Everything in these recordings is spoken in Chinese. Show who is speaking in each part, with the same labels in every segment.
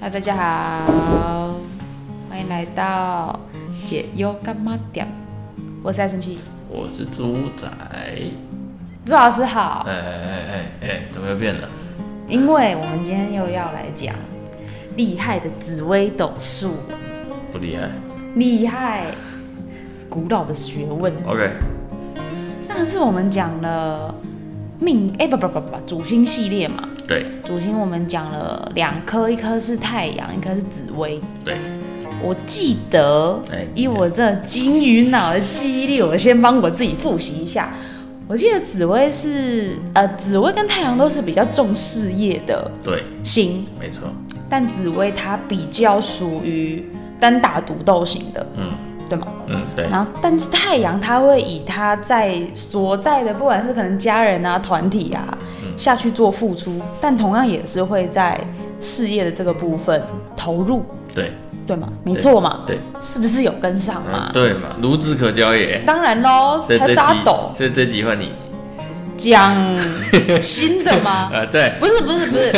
Speaker 1: 嗨，大家好，欢迎来到解忧干妈店，我是爱生气，
Speaker 2: 我是猪仔。
Speaker 1: 朱老师好。
Speaker 2: 哎哎哎哎，怎么又变了？
Speaker 1: 因为我们今天又要来讲厉害的紫微斗数，
Speaker 2: 不厉害。
Speaker 1: 厉害古老的学问。
Speaker 2: OK，
Speaker 1: 上次我们讲了命，哎、不不不不，主星系列嘛，
Speaker 2: 对
Speaker 1: 主星我们讲了两颗，一颗是太阳，一颗是紫微。
Speaker 2: 对，
Speaker 1: 我记得
Speaker 2: 哎，
Speaker 1: 以我这金鱼脑的记忆力，我先帮我自己复习一下。我记得紫薇是呃，紫薇跟太阳都是比较重事业的
Speaker 2: 对，
Speaker 1: 星，
Speaker 2: 没错。
Speaker 1: 但紫薇它比较属于单打独斗型的，
Speaker 2: 嗯
Speaker 1: 对吗？
Speaker 2: 嗯，对
Speaker 1: 然后，但是太阳它会以它在所在的，不管是可能家人啊、团体啊下去做付出，但同样也是会在事业的这个部分投入，
Speaker 2: 对
Speaker 1: 对吗？没错嘛，
Speaker 2: 对，
Speaker 1: 是不是有跟上嘛
Speaker 2: 嗯？对嘛，孺子可教也。
Speaker 1: 当然喽，
Speaker 2: 所以
Speaker 1: 才
Speaker 2: 这
Speaker 1: 扎抖
Speaker 2: 集，所以这集换你。
Speaker 1: 讲新的 吗？
Speaker 2: 呃，对。
Speaker 1: 不是不是不是，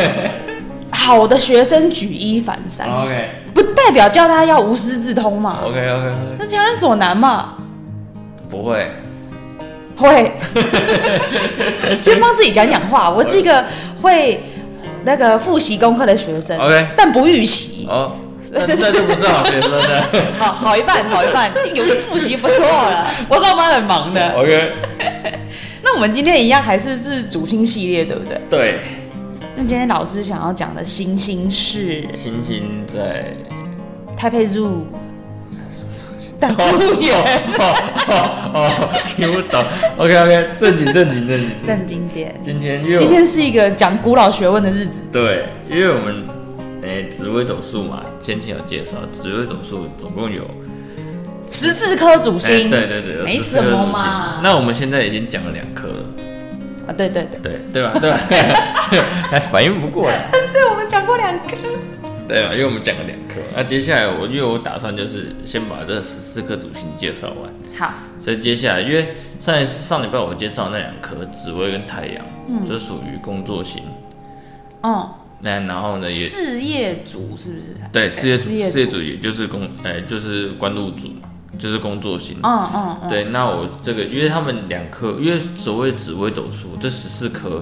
Speaker 1: 好的学生举一反三，
Speaker 2: OK
Speaker 1: 不代表叫他要无师自通嘛，
Speaker 2: OK OK，
Speaker 1: 那强人所难嘛，
Speaker 2: 不会。
Speaker 1: 会。先帮自己讲讲话，我是一个会那个复习功课的学生
Speaker 2: OK
Speaker 1: 但不预习，
Speaker 2: 哦，那那就不是好学生 了。
Speaker 1: 好好一半好一半，有复习不错了，我上班很忙的。
Speaker 2: OK，
Speaker 1: 那我们今天一样还是是主星系列，对不对？
Speaker 2: 对，
Speaker 1: 那今天老师想要讲的星星是
Speaker 2: 星星在。
Speaker 1: 台北 Zoo 动物园，
Speaker 2: 哦哦，听不懂。OK OK，正经正经正经。
Speaker 1: 正经点。
Speaker 2: 今天又
Speaker 1: 今天是一个讲古老学问的日子，
Speaker 2: 对，因为我们诶紫微斗数嘛，先前有介绍，紫微斗数总共有
Speaker 1: 十四颗主
Speaker 2: 诶
Speaker 1: 星。
Speaker 2: 哎对对对，有
Speaker 1: 没
Speaker 2: 14
Speaker 1: 什么
Speaker 2: 颗主
Speaker 1: 嘛
Speaker 2: 星那我们现在已经讲了两颗了，
Speaker 1: 啊，对对对，
Speaker 2: 对对吧？对吧？ 还反应不过来，
Speaker 1: 对我们讲过两颗。
Speaker 2: 对啊吧？因为我们讲了两颗，那接下来我因为我打算就是先把这十四颗主星介绍完，
Speaker 1: 好，
Speaker 2: 所以接下来因为上一次上礼拜我介绍那两颗紫微跟太阳，嗯，就属于工作型，
Speaker 1: 嗯，
Speaker 2: 那然后呢也
Speaker 1: 事业主是不是？哎
Speaker 2: 对，事业
Speaker 1: 事
Speaker 2: 主
Speaker 1: 业
Speaker 2: 事业主也就是工，哎、就是关路主，就是工作型。
Speaker 1: 嗯嗯嗯，
Speaker 2: 对，那我这个，因为他们两颗，因为所谓紫微斗数这十四颗，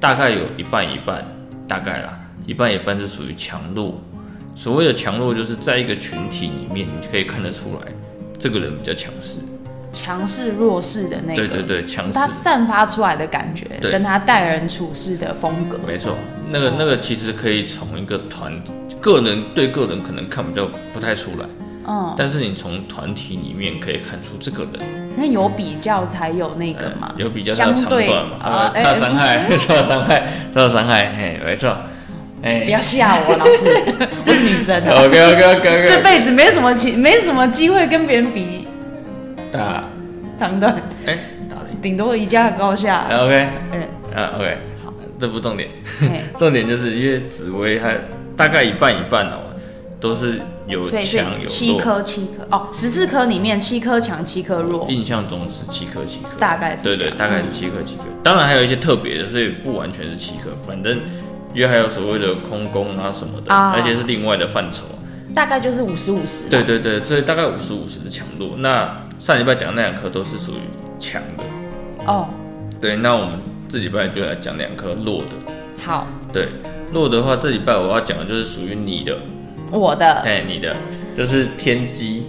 Speaker 2: 大概有一半一半，大概啦，一半一半是属于强弱。所谓的强弱，就是在一个群体里面，你可以看得出来，这个人比较强势。
Speaker 1: 强势弱势的那个，
Speaker 2: 对对对，强势
Speaker 1: 他。散发出来的感觉，
Speaker 2: 对
Speaker 1: 跟他待人处事的风格，
Speaker 2: 没错，那
Speaker 1: 哦
Speaker 2: 个那个其实可以从一个团，个人对个人可能看比较不太出来，
Speaker 1: 嗯，
Speaker 2: 但是你从团体里面可以看出这个人。呃
Speaker 1: 因为有比较才有那个嘛，
Speaker 2: 哎有比较差
Speaker 1: 相
Speaker 2: 的长
Speaker 1: 对
Speaker 2: 短嘛，啊，
Speaker 1: 哎
Speaker 2: 差伤害， 差伤害，差伤害，嘿，没错，
Speaker 1: 不
Speaker 2: 哎
Speaker 1: 要吓我，老 师，我是女生啊，
Speaker 2: ，OK OK OK
Speaker 1: 这
Speaker 2: OK，
Speaker 1: 辈子没什么机，没什么机会跟别人比
Speaker 2: 打，
Speaker 1: 长短，
Speaker 2: 哎，打了
Speaker 1: 顶多一家高 下。
Speaker 2: 哎，OK，
Speaker 1: 嗯，
Speaker 2: 啊 OK，好，这不重点，
Speaker 1: 嘿
Speaker 2: 重点就是因为紫薇它大概一半一半哦，都是有
Speaker 1: 所以是
Speaker 2: 强有
Speaker 1: 七
Speaker 2: 弱，
Speaker 1: 颗七颗哦，十四颗里面七颗强，七颗弱，
Speaker 2: 印象中是七颗七颗，
Speaker 1: 大概是
Speaker 2: 对
Speaker 1: 这
Speaker 2: 对，
Speaker 1: 样
Speaker 2: 大概是七颗七颗，当然还有一些特别的，所以不完全是七颗，反正因为还有所谓的空宫啊什么的，
Speaker 1: 啊
Speaker 2: 那些是另外的范畴。
Speaker 1: 嗯大概就是五十五十。
Speaker 2: 对对对，所以大概五十五十是强弱。那上礼拜讲的那两颗都是属于强的，
Speaker 1: 哦，
Speaker 2: 对。那我们这礼拜就来讲两颗弱的，
Speaker 1: 好，
Speaker 2: 对。弱的话，这礼拜我要讲的就是属于你的，
Speaker 1: 我的
Speaker 2: 哎，你的就是天机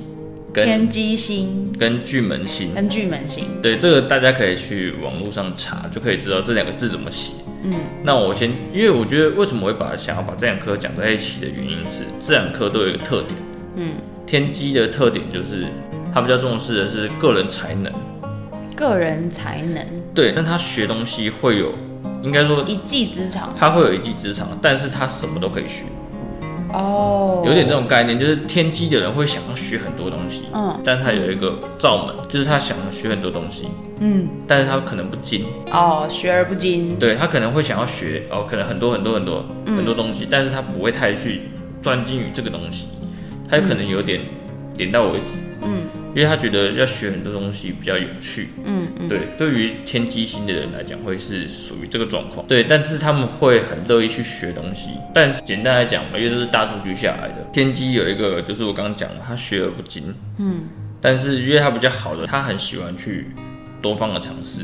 Speaker 2: 跟
Speaker 1: 天机星
Speaker 2: 跟巨门星，
Speaker 1: 跟巨门星，
Speaker 2: 对，这个大家可以去网络上查，就可以知道这两个字怎么写。
Speaker 1: 嗯，
Speaker 2: 那我先，因为我觉得为什么会把想要把这两颗讲在一起的原因是，这两颗都有一个特点。
Speaker 1: 嗯，
Speaker 2: 天机的特点就是它比较重视的是个人才能，
Speaker 1: 个人才能
Speaker 2: 对，但他学东西会有，应该说
Speaker 1: 一技之长
Speaker 2: 他会有一技之长，但是他什么都可以学，
Speaker 1: 哦，
Speaker 2: 有点这种概念，就是天机的人会想要学很多东西，
Speaker 1: 嗯
Speaker 2: 但他有一个罩门，就是他想要学很多东西，
Speaker 1: 嗯
Speaker 2: 但是他可能不精，
Speaker 1: 哦，学而不精，
Speaker 2: 对他可能会想要学哦，可能很多很多很多、
Speaker 1: 嗯
Speaker 2: 很多东西，但是他不会太去专精于这个东西，他有可能有点点到为止，
Speaker 1: 嗯，
Speaker 2: 因为他觉得要学很多东西比较有趣。
Speaker 1: 嗯嗯，
Speaker 2: 对，对于天机星的人来讲，会是属于这个状况。对，但是他们会很乐意去学东西。但是简单来讲嘛，因为这是大数据下来的，天机有一个就是我刚刚讲的，他学而不精。嗯，但是因为他比较好的，他很喜欢去多方的尝试，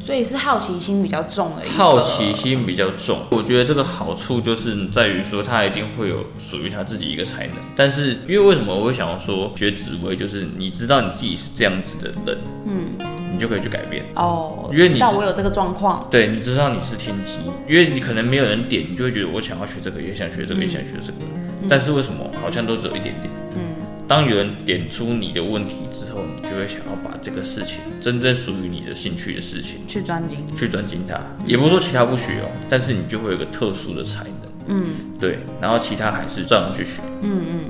Speaker 1: 所以是好奇心比较重的一个
Speaker 2: 好奇心比较重。我觉得这个好处就是在于说，他一定会有属于他自己一个才能。但是因为为什么我会想要说学紫薇，就是你知道你自己是这样子的人，嗯，你就可以去改变。
Speaker 1: 哦，
Speaker 2: 因为你
Speaker 1: 知道
Speaker 2: 是
Speaker 1: 我有这个状况，
Speaker 2: 对，你知道你是天机，因为你可能没有人点，你就会觉得我想要学这个，也想学这个，也想学这个。但是为什么好像都只有一点点？嗯，当有人点出你的问题之后，你就会想要把这个事情真正属于你的兴趣的事情
Speaker 1: 去专精。
Speaker 2: 去专精它，也不是说其他不学哦，但是你就会有一个特殊的才能。嗯，对，然后其他还是照样去学。嗯嗯，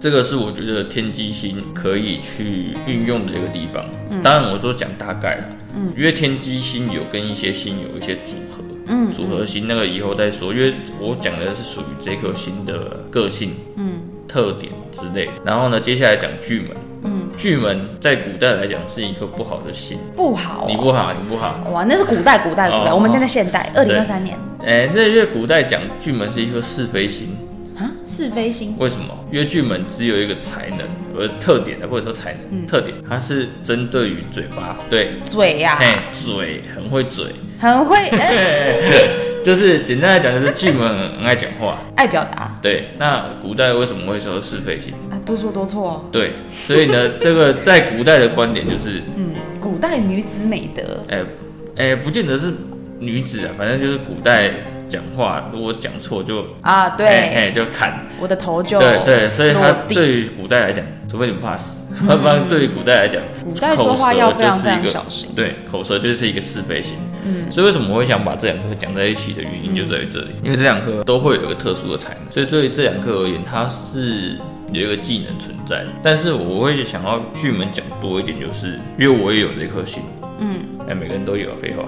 Speaker 2: 这个是我觉得天机星可以去运用的一个地方。当然我都讲大概了，嗯，因为天机星有跟一些星有一些组合。嗯，组合星那个以后再说，因为我讲的是属于这颗星的个性、嗯、特点之类的。然后呢，接下来讲巨门。嗯，巨门在古代来讲是一个不好的星，
Speaker 1: 不好、啊
Speaker 2: 你不好，你不好，
Speaker 1: 哇，那是古代古代古代，
Speaker 2: 哦
Speaker 1: 我们现在现代，二零二三年
Speaker 2: 哎、那因为古代讲巨门是一颗是非星，
Speaker 1: 啊，是非星
Speaker 2: 为什么？因为巨门只有一个才能，呃，特点的或者说才能、
Speaker 1: 嗯
Speaker 2: 特点，它是针对于嘴巴，对，
Speaker 1: 嘴呀、
Speaker 2: 哎、嘴很会嘴，
Speaker 1: 很会、呃
Speaker 2: 就是简单来讲，就是巨门很很爱讲话。
Speaker 1: 爱表达
Speaker 2: 对，那古代为什么会说是非星？
Speaker 1: 啊，多说多错。
Speaker 2: 对，所以呢，这个在古代的观点就是，
Speaker 1: 嗯，古代女子美德，
Speaker 2: 哎、哎、不见得是女子啊，反正就是古代讲话，如果讲错就，
Speaker 1: 啊，对，
Speaker 2: 哎、哎就砍。
Speaker 1: 我的头就
Speaker 2: 对对，所以他
Speaker 1: 落地
Speaker 2: 对于古代来讲，除非你不怕死，要 不然对于古代来讲，
Speaker 1: 嗯古代说话要非常非常
Speaker 2: 口舌就是一个
Speaker 1: 小心。
Speaker 2: 对口舌就是一个是非心。嗯，所以为什么我会想把这两科讲在一起的原
Speaker 1: 嗯
Speaker 2: 因就在于这里，因为这两科都会有一个特殊的才能，所以对于这两科而言，它是。有一个技能存在，但是我会想要巨门讲多一点，就是因为我也有这颗心，嗯，哎，每个人都有啊，废话，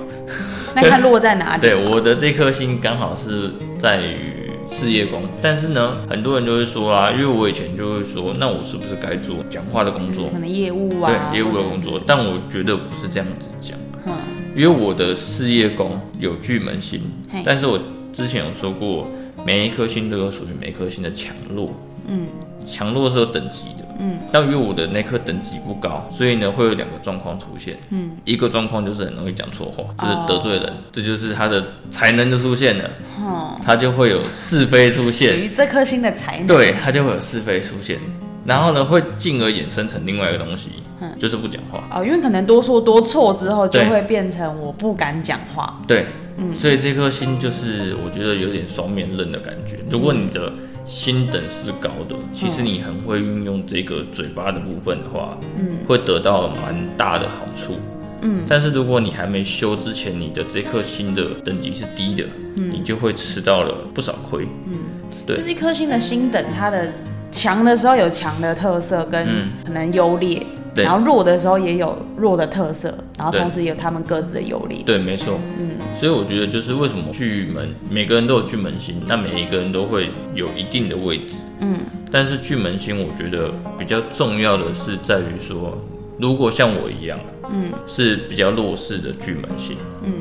Speaker 1: 那看落在 哪里？
Speaker 2: 对，我的这颗星刚好是在于事业宫，但是呢，很多人就会说啊，因为我以前就会说，那我是不是该做讲话的工作
Speaker 1: 可？能业务啊，
Speaker 2: 对，业务的工作，但我觉得不是这样子讲，
Speaker 1: 嗯
Speaker 2: 因为我的事业宫有巨门星
Speaker 1: 嘿，
Speaker 2: 但是我之前有说过，每一颗星都有属于每一颗星的强弱，嗯，强弱是有等级的，嗯，但因为我的那颗等级不高，所以呢会有两个状况出现，嗯，哦一个状况就是很容易讲错话，就是得罪人，这就是他的才能就出现了，
Speaker 1: 嗯，
Speaker 2: 他就会有是非出
Speaker 1: 属
Speaker 2: 现，
Speaker 1: 于这颗星的才能。
Speaker 2: 对，它就会有是非出现，然后呢，会进而衍生成另外一个东西，就是不讲话。
Speaker 1: 哦，因为可能多说多错之后，就
Speaker 2: 对
Speaker 1: 会变成我不敢讲话。
Speaker 2: 对，所以这颗心就是我觉得有点双面刃的感觉。如果你的心等是高的，其实你很会运用这个嘴巴的部分的话，嗯，会得到蛮大的好处。嗯，但是如果你还没修之前，你的这颗心的等级是低的，嗯，你就会吃到了不少亏。对
Speaker 1: 就是一颗星的星等，它的强的时候有强的特色，跟
Speaker 2: 嗯
Speaker 1: 可能优劣。
Speaker 2: 对
Speaker 1: 然后弱的时候也有弱的特色，然后
Speaker 2: 对
Speaker 1: 同时也有他们各自的优劣。
Speaker 2: 对，没错。嗯，所以我觉得就是为什么巨门每个人都有巨门星，那每一个人都会有一定的位置。嗯，但是巨门星我觉得比较重要的是在于说，如果像我一样，嗯，是比较弱势的巨门星，嗯，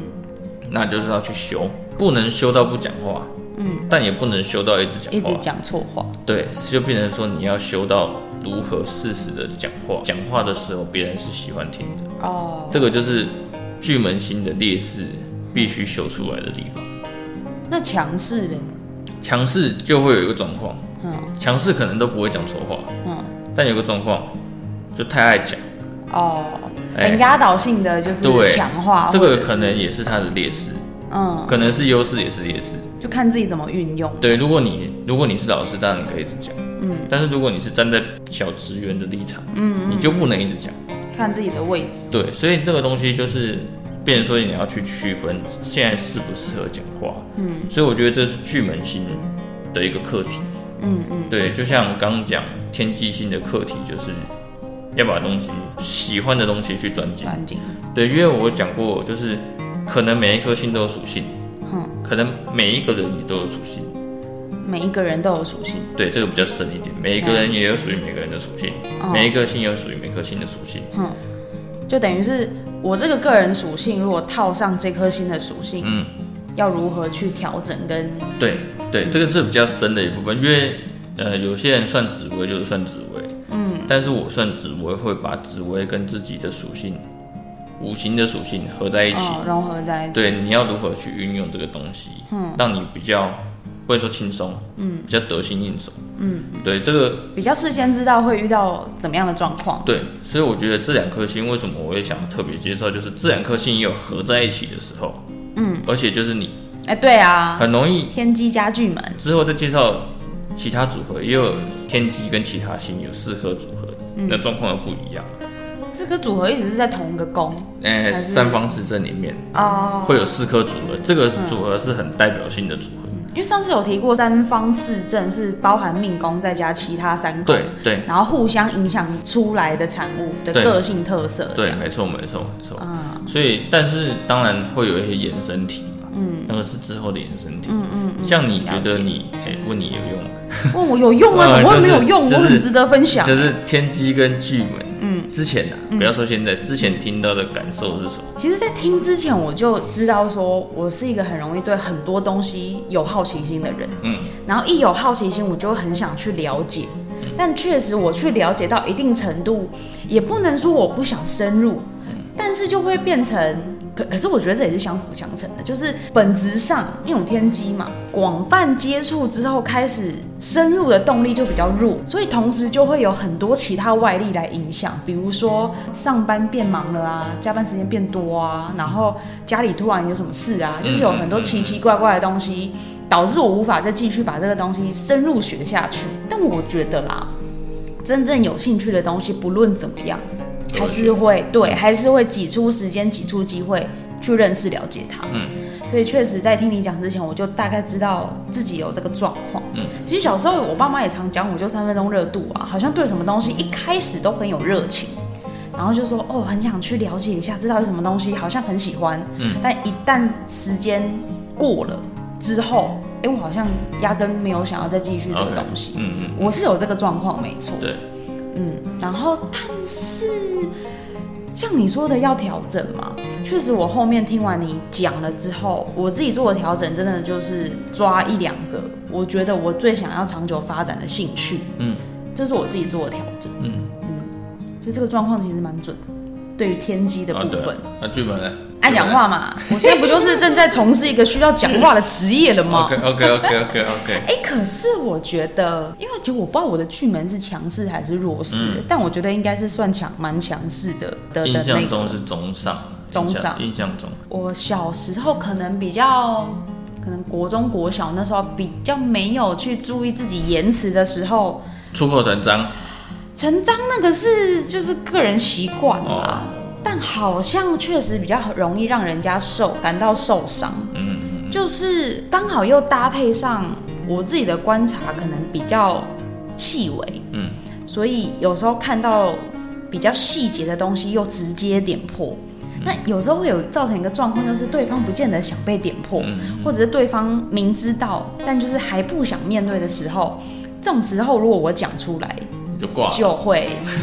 Speaker 2: 那就是要去修，不能修到不讲话，嗯，但也不能修到一直讲
Speaker 1: 一直
Speaker 2: 话，
Speaker 1: 讲错话，
Speaker 2: 对，就变成说你要修到如何适时的讲话，讲话的时候别人是喜欢听的。
Speaker 1: 哦，
Speaker 2: 这个就是巨门星的劣势必须修出来的地方。
Speaker 1: 那强势的，
Speaker 2: 强势就会有一个状况，
Speaker 1: 嗯
Speaker 2: 强势可能都不会讲错话，
Speaker 1: 嗯，
Speaker 2: 但有个状况就太爱讲，
Speaker 1: 哦，
Speaker 2: 哎
Speaker 1: 很压倒性的就是
Speaker 2: 对
Speaker 1: 强化，
Speaker 2: 这
Speaker 1: 或
Speaker 2: 个
Speaker 1: 者是
Speaker 2: 可能也是他的劣势，
Speaker 1: 嗯，
Speaker 2: 可能是优势也是劣势。
Speaker 1: 就看自己怎么运用。
Speaker 2: 对，如果你如果你是老师，当然可以一直讲，嗯，但是如果你是站在小职员的立场，嗯，你就不能一直讲。
Speaker 1: 看自己的位置。
Speaker 2: 对，所以这个东西就是，变成说你要去区分现在适不适合讲话。嗯，所以我觉得这是巨门星的一个课题。嗯嗯，对，就像刚刚讲天机星的课题，就是要把东西喜欢的东西去专精。
Speaker 1: 专精，
Speaker 2: 对，因为我讲过，就是可能每一颗星都有属性，
Speaker 1: 嗯，
Speaker 2: 可能每一个人也都有属性，
Speaker 1: 每一个人都有属性，
Speaker 2: 对，这个比较深一点，每一个人也有属于每个人的属性，
Speaker 1: 嗯
Speaker 2: 每一颗星也有属于每颗星的属性。
Speaker 1: 就等于是我这个个人属性，如果套上这颗星的属性，
Speaker 2: 嗯，
Speaker 1: 要如何去调整跟
Speaker 2: 对对，这个是比较深的一部分，因为呃，有些人算紫薇就是算紫薇，嗯，但是我算紫薇会把紫薇跟自己的属性、五行的属性合在一起，
Speaker 1: 哦融合在一起？
Speaker 2: 对，你要如何去运用这个东西，嗯，让你比较不会说轻松，嗯，比较得心应手，嗯，对，这个
Speaker 1: 比较事先知道会遇到怎么样的状况，
Speaker 2: 对，所以我觉得这两颗星为什么我也想特别介绍，就是这两颗星也有合在一起的时候，嗯，而且就是你
Speaker 1: 哎、对啊，
Speaker 2: 很容易
Speaker 1: 天机加巨门，
Speaker 2: 之后再介绍其他组合，也有天机跟其他星有四颗组合，那状况又不一样。
Speaker 1: 这个组合一直是在同一个宫
Speaker 2: 哎、
Speaker 1: 还是
Speaker 2: 三方四正里面
Speaker 1: 哦，
Speaker 2: 会有四颗组合，这个组合是很代表性的组合。
Speaker 1: 因为上次有提过三方四正是包含命宫再加其他三宫，
Speaker 2: 对对
Speaker 1: 然后互相影响出来的产物的
Speaker 2: 对
Speaker 1: 个性特色，这
Speaker 2: 对，
Speaker 1: 样
Speaker 2: 没错没错没错。所以，但是当然会有一些衍生题嘛，嗯，那个是之后的衍生题。嗯嗯像你觉得你哎、问你有用吗？
Speaker 1: 问我有用吗？
Speaker 2: 呃
Speaker 1: 怎么会
Speaker 2: 就是
Speaker 1: 没有用？
Speaker 2: 就是
Speaker 1: 我很值得分享。
Speaker 2: 就是天机跟巨门，嗯，之前的、不要说现在，之前听到的感受是什么？
Speaker 1: 其实，在听之前我就知道，说我是一个很容易对很多东西有好奇心的人。
Speaker 2: 嗯，
Speaker 1: 然后一有好奇心，我就会很想去了解。
Speaker 2: 嗯
Speaker 1: 但确实，我去了解到一定程度，也不能说我不想深入，
Speaker 2: 嗯
Speaker 1: 但是就会变成。可可是，我觉得这也是相辅相成的，就是本质上因为我天机嘛，广泛接触之后，开始深入的动力就比较弱，所以同时就会有很多其他外力来影响，比如说上班变忙了啊，加班时间变多啊，然后家里突然有什么事啊，就是有很多奇奇怪怪的东西，导致我无法再继续把这个东西深入学下去。但我觉得啦，真正有兴趣的东西，不论怎么样，
Speaker 2: 都
Speaker 1: 还
Speaker 2: 会
Speaker 1: 是会对，
Speaker 2: 嗯
Speaker 1: 还是会挤出时间、挤出机会去认识、了解它。
Speaker 2: 嗯，
Speaker 1: 所以确实在听你讲之前，我就大概知道自己有这个状况。
Speaker 2: 嗯，
Speaker 1: 其实小时候我爸妈也常讲，我就三分钟热度啊，好像对什么东西一开始都很有热情。然后就说哦，很想去了解一下，知道有什么东西，好像很喜欢。
Speaker 2: 嗯，
Speaker 1: 但一旦时间过了之后，哎，我好像压根没有想要再继续这个
Speaker 2: OK，
Speaker 1: 东西。
Speaker 2: 嗯
Speaker 1: 我是有这个状况，没错。
Speaker 2: 对，
Speaker 1: 嗯，然后但是像你说的要调整嘛，确实我后面听完你讲了之后，我自己做的调整真的就是抓一两个，我觉得我最想要长久发展的兴趣，
Speaker 2: 嗯，
Speaker 1: 这是我自己做的调整，
Speaker 2: 嗯
Speaker 1: 所以这个状况其实蛮准的，对于天机的
Speaker 2: 嗯，啊
Speaker 1: 部
Speaker 2: 对
Speaker 1: 分。，
Speaker 2: 啊巨门呢？
Speaker 1: 爱讲话嘛，我现在不就是正在从事一个需要讲话的职业了吗？
Speaker 2: ？OK OK OK OK OK，
Speaker 1: 哎、可是我觉得，因为其实我不知道我的巨门是强势还是弱势，但我觉得应该是算强，蛮强势的 的的
Speaker 2: 嗯印
Speaker 1: 那
Speaker 2: 象
Speaker 1: 个
Speaker 2: 中。是中上，
Speaker 1: 中上
Speaker 2: 印象印象中，
Speaker 1: 我小时候可能比较，可能国中国小那时候比较没有去注意自己言辞的时候，
Speaker 2: 出口成章，
Speaker 1: 成章那个是就是个人习惯啦，
Speaker 2: 哦
Speaker 1: 但好像确实比较容易让人家受感到受伤。
Speaker 2: 嗯，
Speaker 1: 就是刚好又搭配上我自己的观察，可能比较细微，
Speaker 2: 嗯，
Speaker 1: 所以有时候看到比较细节的东西又直接点破，
Speaker 2: 嗯
Speaker 1: 那有时候会有造成一个状况，就是对方不见得想被点破，
Speaker 2: 嗯
Speaker 1: 或者是对方明知道，但就是还不想面对的时候，这种时候如果我讲出来，
Speaker 2: 就挂了。
Speaker 1: 就会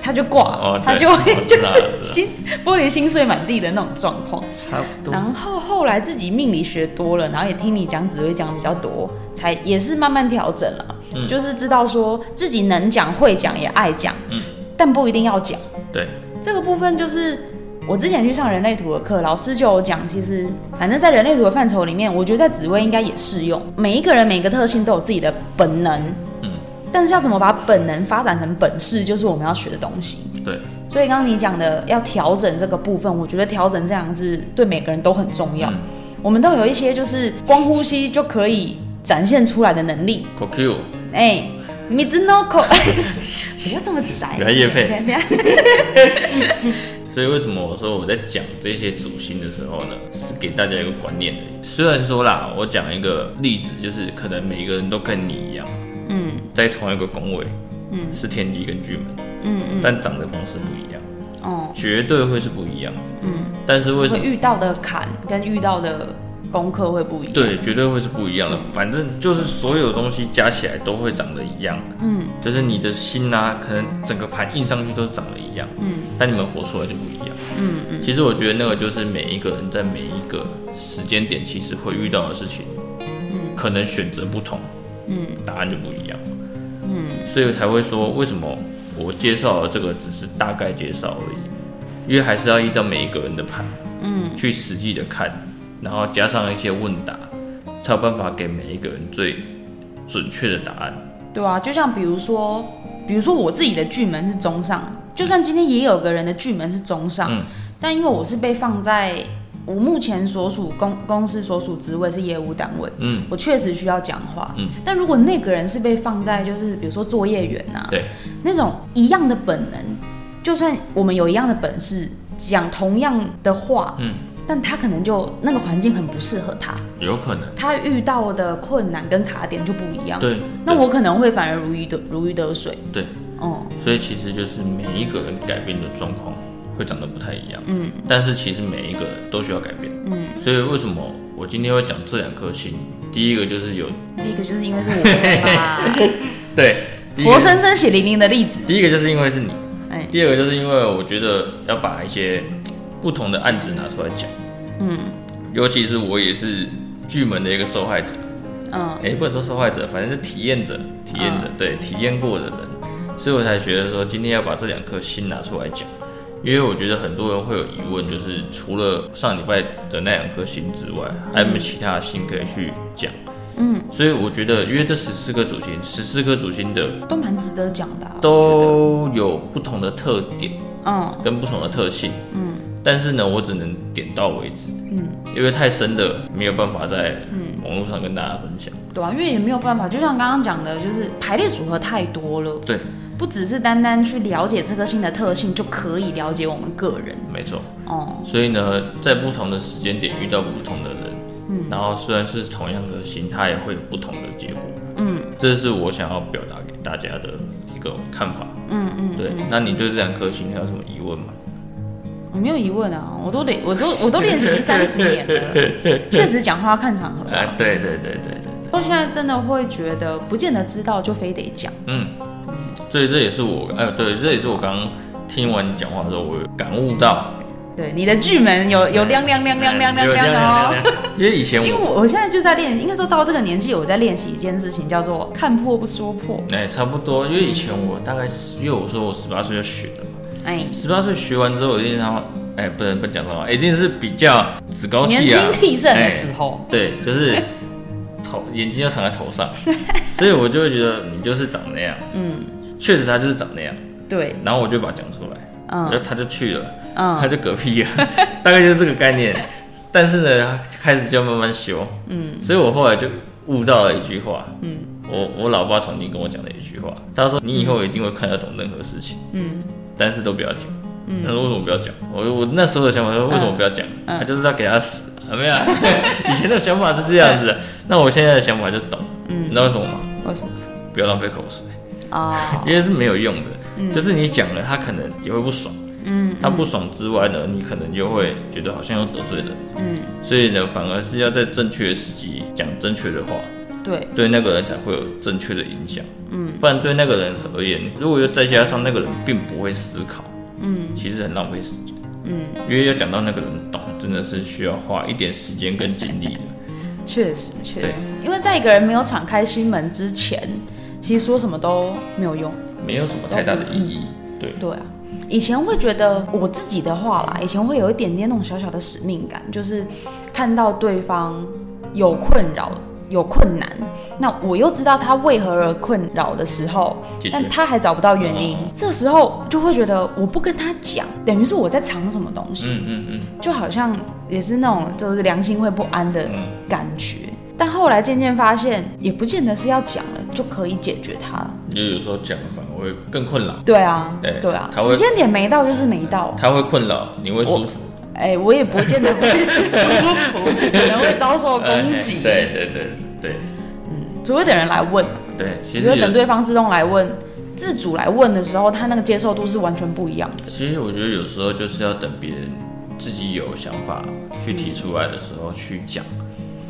Speaker 1: 他就挂，
Speaker 2: 哦
Speaker 1: 他
Speaker 2: 对
Speaker 1: 就会
Speaker 2: 我
Speaker 1: 就
Speaker 2: 知道了
Speaker 1: 是心玻璃心碎满地的那种状况。
Speaker 2: 差不
Speaker 1: 然后后来自己命理学多了，然后也听你讲紫薇讲比较多，才也是慢慢调整了，就是知道说自己能讲、会讲、也爱讲，
Speaker 2: 嗯
Speaker 1: 但不一定要讲。
Speaker 2: 对，
Speaker 1: 这个部分就是我之前去上人类图的课，老师就有讲，其实反正在人类图的范畴里面，我觉得在紫薇应该也适用。每一个人每个特性都有自己的本能，
Speaker 2: 嗯，
Speaker 1: 但是要怎么把本能发展成本事，就是我们要学的东西。
Speaker 2: 对，
Speaker 1: 所以刚刚你讲的要调整这个部分，我觉得调整这两个字对每个人都很重要。
Speaker 2: 嗯
Speaker 1: 我们都有一些就是光呼吸就可以展现出来的能力，
Speaker 2: 口 Q，
Speaker 1: 哎、m i z u n o k o 不要这么窄，
Speaker 2: 不要业配
Speaker 1: 等一下
Speaker 2: 所以为什么我说我在讲这些主心的时候呢，是给大家一个观念的。虽然说啦，我讲一个例子，就是可能每个人都跟你一样，嗯，在同一个宫位，嗯，是天机跟巨门，嗯嗯，但长的方式不一样，
Speaker 1: 哦，
Speaker 2: 绝对会是不一样的，嗯。但是为什
Speaker 1: 会
Speaker 2: 么？
Speaker 1: 遇到的坎跟遇到的功课会不一样。
Speaker 2: 对，绝对会是不一样的。反正就是所有东西加起来都会长得一样，
Speaker 1: 嗯
Speaker 2: 就是你的心啊，可能整个盘印上去都是长得一样，
Speaker 1: 嗯
Speaker 2: 但你们活出来就不一样。
Speaker 1: 嗯嗯，
Speaker 2: 其实我觉得那个就是每一个人在每一个时间点，其实会遇到的事情，
Speaker 1: 嗯
Speaker 2: 可能选择不同，
Speaker 1: 嗯，
Speaker 2: 答案就不一样。嗯，所以才会说为什么我介绍的这个只是大概介绍而已，因为还是要依照每一个人的盘，嗯，去实际的看，然后加上一些问答，才有办法给每一个人最准确的答案。
Speaker 1: 对啊，就像比如说，比如说我自己的剧门是中上，就算今天也有个人的剧门是中上，
Speaker 2: 嗯
Speaker 1: 但因为我是被放在我目前所属公公司所属职位是业务单位，
Speaker 2: 嗯，
Speaker 1: 我确实需要讲话，
Speaker 2: 嗯
Speaker 1: 但如果那个人是被放在就是比如说作业员啊，
Speaker 2: 对，
Speaker 1: 那种一样的本能，就算我们有一样的本事，讲同样的话，
Speaker 2: 嗯，
Speaker 1: 但他可能就那个环境很不适合他，
Speaker 2: 有可能，
Speaker 1: 他遇到的困难跟卡点就不一样，
Speaker 2: 对，
Speaker 1: 那
Speaker 2: 对
Speaker 1: 我可能会反而如鱼得如鱼得水，
Speaker 2: 对，
Speaker 1: 嗯
Speaker 2: 所以其实就是每一个人改变的状况会长得不太一样，嗯，但是其实每一个都需要改变，嗯，所以为什么我今天会讲这两颗星？第一个就是有
Speaker 1: 第一个就是因为是我嘛，
Speaker 2: 对，第一
Speaker 1: 活
Speaker 2: 个
Speaker 1: 生生血淋淋的例子，
Speaker 2: 第一个就是因为是你，
Speaker 1: 哎、
Speaker 2: 第二个就是因为我觉得要把一些不同的案子拿出来讲，嗯，尤其是我也是巨门的一个受害者，
Speaker 1: 嗯
Speaker 2: 哎、不能说受害者，反正是体验者，体验者，对，体验过的人，所以我才觉得说今天要把这两颗心拿出来讲，因为我觉得很多人会有疑问，就是除了上礼拜的那两颗心之外，还有没有其他的心可以去讲？
Speaker 1: 嗯，
Speaker 2: 所以我觉得，因为这十四个主星，十四个主星的
Speaker 1: 都蛮值得讲的、啊，我觉得
Speaker 2: 都有不同的特点
Speaker 1: 嗯
Speaker 2: 跟不同的特性，嗯，但是呢，我只能点到为止，
Speaker 1: 嗯。
Speaker 2: 因为太深的没有办法在网络上跟大家分享，
Speaker 1: 对啊，因为也没有办法，就像刚刚讲的，就是排列组合太多了，
Speaker 2: 对，
Speaker 1: 不只是单单去了解这颗星的特性就可以了解我们个人
Speaker 2: 没错。
Speaker 1: 哦。
Speaker 2: 所以呢，在不同的时间点遇到不同的人，嗯，然后虽然是同样的心态，也会有不同的结果，嗯，这是我想要表达给大家的一个看法，嗯嗯，对。那你对这两颗星还有什么疑问吗？
Speaker 1: 我没有疑问啊，我都得，我都我都练 习三十年了，确实讲话要看场合
Speaker 2: 哎、
Speaker 1: 啊。
Speaker 2: 对对对对对，
Speaker 1: 不过现在真的会觉得，不见得知道就非得讲，
Speaker 2: 嗯，所以这也是我，哎、对，这也是我刚刚听完你讲话的时候，我有感悟到，
Speaker 1: 对，你的巨门有有亮亮亮亮亮亮亮的哦。
Speaker 2: 哦，因为以前
Speaker 1: 因为
Speaker 2: 我，
Speaker 1: 我我现在就在练，应该说到这个年纪，我在练习一件事情，叫做看破不说破。
Speaker 2: 哎、差不多，因为以前我大概是，因为我说我十八岁就学了嘛。
Speaker 1: 哎，
Speaker 2: 十八岁学完之后，我一定他妈，哎、不能不能讲脏话，一定是比较趾高
Speaker 1: 年
Speaker 2: 气
Speaker 1: 轻
Speaker 2: 扬、
Speaker 1: 气盛
Speaker 2: 哎
Speaker 1: 的时候，
Speaker 2: 对，就是头眼睛要藏在 头上，所以我就会觉得你就是长那样，
Speaker 1: 嗯，
Speaker 2: 确实他就是长那样，
Speaker 1: 对，
Speaker 2: 然后我就把它讲出来，
Speaker 1: 嗯
Speaker 2: 然后他就去了，
Speaker 1: 嗯
Speaker 2: 他就嗝屁了， 大概就是这个概念。但是呢，开始就要慢慢修，嗯，所以我后来就悟到了一句话，嗯，我我老爸曾经跟我讲的一句话，他说你以后一定会看得懂任何事情，
Speaker 1: 嗯，
Speaker 2: 但是都不要讲。那为什么不要讲？我我那时候的想法是为什么不要讲？
Speaker 1: 嗯
Speaker 2: 他、就是要给他死，啊、没有啊、 以前的想法是这样子的，那我现在的想法就懂。你知道为什么吗？
Speaker 1: 嗯为什么？
Speaker 2: 不要浪费口水，
Speaker 1: 啊、
Speaker 2: 因为是没有用的。就是你讲了，他可能也会不爽。嗯，他不爽之外呢，你可能就会觉得好像又得罪人。
Speaker 1: 嗯，
Speaker 2: 所以呢，反而是要在正确的时机讲正确的话，
Speaker 1: 对，
Speaker 2: 对那个人才会有正确的影响。嗯，不然对那个人而言，如果又再加上那个人并不会思考，嗯，其实很浪费时间。嗯，因为要讲到那个人懂，真的是需要花一点时间跟精力的。
Speaker 1: 确实确
Speaker 2: 对
Speaker 1: 实，因为在一个人没有敞开心门之前，其实说什么都没有用。
Speaker 2: 没有什么太大的意义。对，
Speaker 1: 对啊，以前会觉得我自己的话啦，以前会有一点点那种小小的使命感，就是看到对方有困扰、有困难，那我又知道他为何而困扰的时候
Speaker 2: 解，决
Speaker 1: 但他还找不到原因
Speaker 2: 哦，
Speaker 1: 这时候就会觉得我不跟他讲，等于是我在藏什么东西。
Speaker 2: 嗯嗯嗯，
Speaker 1: 就好像也是那种就是良心会不安的感觉。
Speaker 2: 嗯
Speaker 1: 但后来渐渐发现，也不见得是要讲了就可以解决它。
Speaker 2: 因为有时候讲反而会更困扰，
Speaker 1: 对啊，
Speaker 2: 对
Speaker 1: 对啊，
Speaker 2: 他会
Speaker 1: 时间点没到就是没到。
Speaker 2: 他会困扰，你会舒服，
Speaker 1: 哎、我也不见得 会舒服，可能会遭受哦攻击
Speaker 2: 哎。对对对对
Speaker 1: 除非等人来问，
Speaker 2: 对，
Speaker 1: 只
Speaker 2: 其实
Speaker 1: 是等
Speaker 2: 有
Speaker 1: 对方自动来问、自主来问的时候，他那个接受度是完全不一样的。
Speaker 2: 其实我觉得有时候就是要等别人自己有想法去提出来的时候去讲，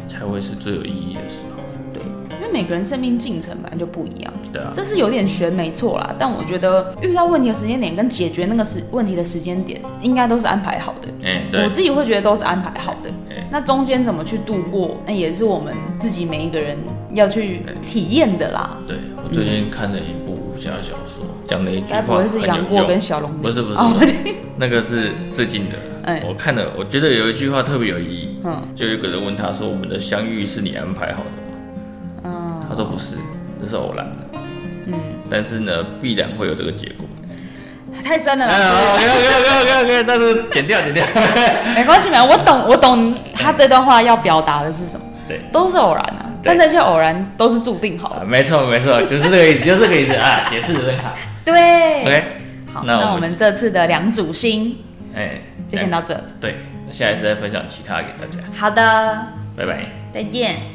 Speaker 2: 才会是最有意义的时候。
Speaker 1: 对，因为每个人生命进程本来就不一样，
Speaker 2: 对啊，
Speaker 1: 这是有点悬没错啦。但我觉得遇到问题的时间点跟解决那个时问题的时间点，应该都是安排好的。
Speaker 2: 哎、
Speaker 1: 我
Speaker 2: 对，
Speaker 1: 自己会觉得都是安排好的
Speaker 2: 哎。
Speaker 1: 那中间怎么去度过，那也是我们自己每一个人要去体验的啦。
Speaker 2: 对我最近看了一部武侠小说，讲了一句
Speaker 1: 该不
Speaker 2: 话
Speaker 1: 会
Speaker 2: 很
Speaker 1: 是
Speaker 2: 有
Speaker 1: 杨过
Speaker 2: 用
Speaker 1: 跟小龙
Speaker 2: 不
Speaker 1: 女？
Speaker 2: 是不是，
Speaker 1: 哦
Speaker 2: 不是那个是最近的。
Speaker 1: 哎
Speaker 2: 我看了，我觉得有一句话特别有意义，
Speaker 1: 嗯
Speaker 2: 就有一个人问他说：“我们的相遇是你安排好的吗？”
Speaker 1: 嗯，
Speaker 2: 他说：“不是，这是偶然的。”嗯，但是呢，必然会有这个结果。
Speaker 1: 太深了
Speaker 2: 哎
Speaker 1: 啦，
Speaker 2: ，OK OK OK OK，但是剪掉剪掉。
Speaker 1: 没关系没关系，我懂我懂他这段话要表达的是什么，
Speaker 2: 对
Speaker 1: 都是偶然啊，
Speaker 2: 对
Speaker 1: 但那些偶然都是注定好的。
Speaker 2: 啊，没错没错，就是这个意思，就是这个意思啊，解释的真好。
Speaker 1: 对
Speaker 2: OK，
Speaker 1: 好，
Speaker 2: 那我
Speaker 1: 那
Speaker 2: 们
Speaker 1: 我们这次的两组星
Speaker 2: 哎，
Speaker 1: 就先到这。
Speaker 2: 对，那下一次再分享其他给大家，
Speaker 1: 好的，
Speaker 2: 拜拜。
Speaker 1: 再见。